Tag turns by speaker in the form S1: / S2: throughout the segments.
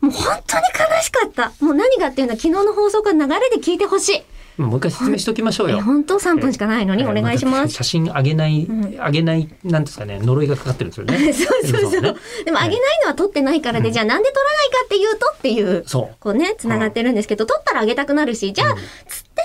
S1: もう本当に悲しかった。もう何がっていうのは昨日の放送から流れで聞いてほしい。
S2: もう一回説明しときましょう
S1: え
S2: よ。
S1: 本当3分しかないのにお願いし
S2: なん
S1: ま
S2: か
S1: す。
S2: 写真あげない、あげない、なんですかね、呪いがかかってるんですよ ね。
S1: そうそうそ
S2: エルさんは
S1: う
S2: ね。
S1: でもあげないのは取ってないからで、じゃあなんで取らないかっていうとっていう、
S2: そう
S1: こうね、繋がってるんですけど、取ったらあげたくなるし、じゃあ、つっ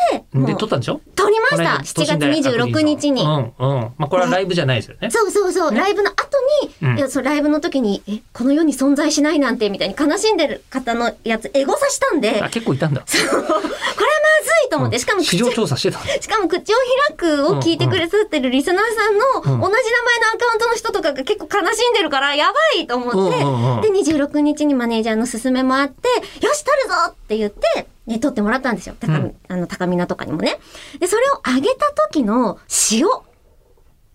S1: て、も
S2: で、
S1: う
S2: 撮ったんでしょ
S1: 取りまし
S2: この
S1: た
S2: 間
S1: !7 月
S2: 都心大学
S1: 26日に
S2: う。んうん。まあこれはライブじゃないですよね。
S1: そうそうそう、ライブの後に、
S2: うん
S1: いやそうライブの時に、え、この世に存在しないなんて、みたいに悲しんでる方のやつ、エゴさしたんで、これは
S2: あ、結構いたんだ。
S1: まずいと思って、しかも
S2: 市
S1: 口を
S2: 場調査し てたんだ
S1: しかも口を開くを聞いてくれさってるリスナーさんの同じ名前のアカウントの人とかが結構悲しんでるからやばいと思
S2: うんうんうん
S1: って、で、26日にマネージャーの勧めもあって、よし、撮るぞって言って、ね、撮ってもらったんですよ。高,、
S2: うん
S1: あの高見菜とかにもね。で、それをあげた時の塩。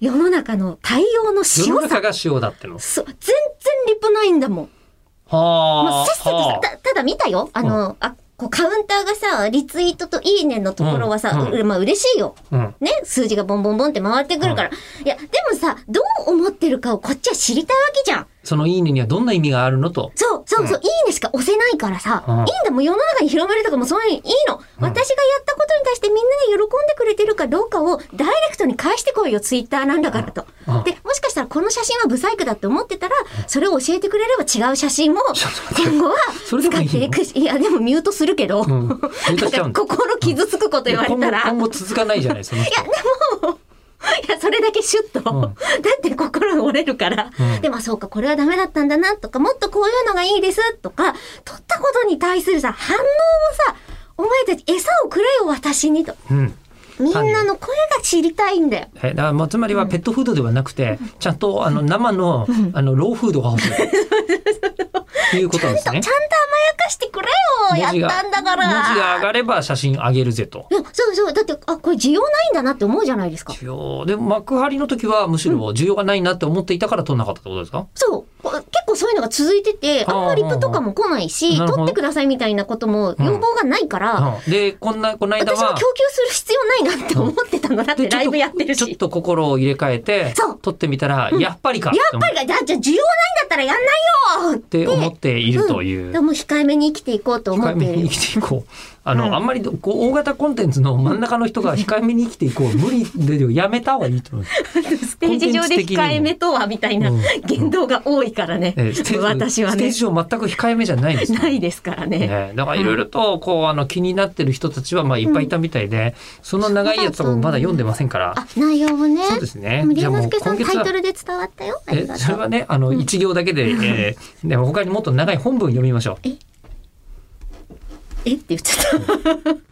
S1: 世の中の対応の
S2: 世の
S1: 塩さ
S2: 中。が塩だっ ての。
S1: そう全然リプないんだもん。ま
S2: は
S1: あ、
S2: あ。
S1: せっせと
S2: は
S1: さ
S2: あ
S1: たただ見たよ。あの、あこうカウンターがさ、リツイートといいねのところはさ、
S2: うんうん
S1: うまあ嬉しいよ。
S2: うん。
S1: ね、数字がボンボンボンって回ってくるから。いや、でもさ、どう思ってるかをこっちは知りたいわけじゃん。
S2: そのいいねにはどんな意味があるのと。
S1: そう、そうそう、いいねしか押せないからさ、
S2: うん
S1: いいんだ、もう世の中に広まるとかもそういうのいいの。私がやったことに対してみんなで喜んでくれてるかどうかをダイレクトに返してこいよ、ツイッターなんだからと。
S2: うん
S1: で、もしかしたらこの写真はブサイクだって思ってたら、それを教えてくれれば違う写真も
S2: ちょっと待って
S1: 今後は
S2: それでも
S1: 使
S2: いい
S1: っ
S2: の
S1: ていくし、いや、でもミュートするけど、
S2: うん。ネタしちゃ
S1: な
S2: うんんだ
S1: か。心傷つくこと言われたら。
S2: 今後今後続かないじゃないその人。
S1: いや、それだけシュッと。
S2: うん
S1: だって心が折れるから。
S2: うん
S1: でも、そうか、これはダメだったんだな、とか、もっとこういうのがいいです、とか、取ったことに対するさ、反応をさ、お前たち餌をくれよ、私にと。
S2: うん。
S1: みんなの声が知りたいんだよ。
S2: えだからまあつまりはペットフードではなくて、ちゃんとあの生の、あのローフードが欲しい。 ということなんで
S1: ち
S2: す
S1: ゃんと
S2: ね
S1: 甘。やかしてくれよ、や
S2: 文字が
S1: ったんだから。
S2: 文字が上がれば写真上げるぜと。
S1: いや、そうそう。だって、あ、これ需要ないんだなって思うじゃないですか。
S2: 需要で幕張の時はむしろ需要がないなって思っていたから撮んなかったってことですか、
S1: そう。こう結構そういうのが続いてて、あんまりプとかも来ないし、
S2: ああああ
S1: 取ってくださいみたいなことも要望がないから、
S2: うんでこんなこの間
S1: 私も
S2: は
S1: 供給する必要ないなって思ってたのだっ
S2: で
S1: て
S2: ちょ
S1: ラ
S2: っ
S1: イ
S2: と
S1: ブやってる
S2: ちょっ
S1: し。
S2: と心を入れ替えて
S1: そう
S2: 撮ってみたら、やっぱりか
S1: やっぱりか、じゃあじゃあ需要ないんだったらやんないよっ
S2: って思っているという。
S1: うんでも控えめに生きていこうと思
S2: 控
S1: っ
S2: え
S1: て
S2: め
S1: い
S2: に
S1: る。
S2: 生きていこう。あの、あんまりこう大型コンテンツの真ん中の人が控えめに生きていこう。無理でよやめた方がいいと思う。
S1: ステージ上で控えめとはみたいな
S2: うん
S1: 言動が多いからね
S2: えーステー。ジ
S1: 私は
S2: ステー
S1: ね
S2: ジ、上全く控えめじゃないですよ。
S1: ないですからね。
S2: ね、だからいろいろとこうあの気になってる人たちはまあいっぱいいたみたいで、その長いやつとかもまだ読んでませんから。
S1: あ、内容もね。
S2: そうですね
S1: でも。
S2: じ
S1: 龍
S2: ゃあも
S1: 之
S2: う
S1: 介さ
S2: 今
S1: んタ
S2: 月
S1: イ
S2: は
S1: ト。ルで伝わったよ。あり
S2: え
S1: が
S2: それ
S1: とう。
S2: はねあの一行だけで、え ー、でも他にもっと長い本文読みましょう。
S1: えって言っちゃった。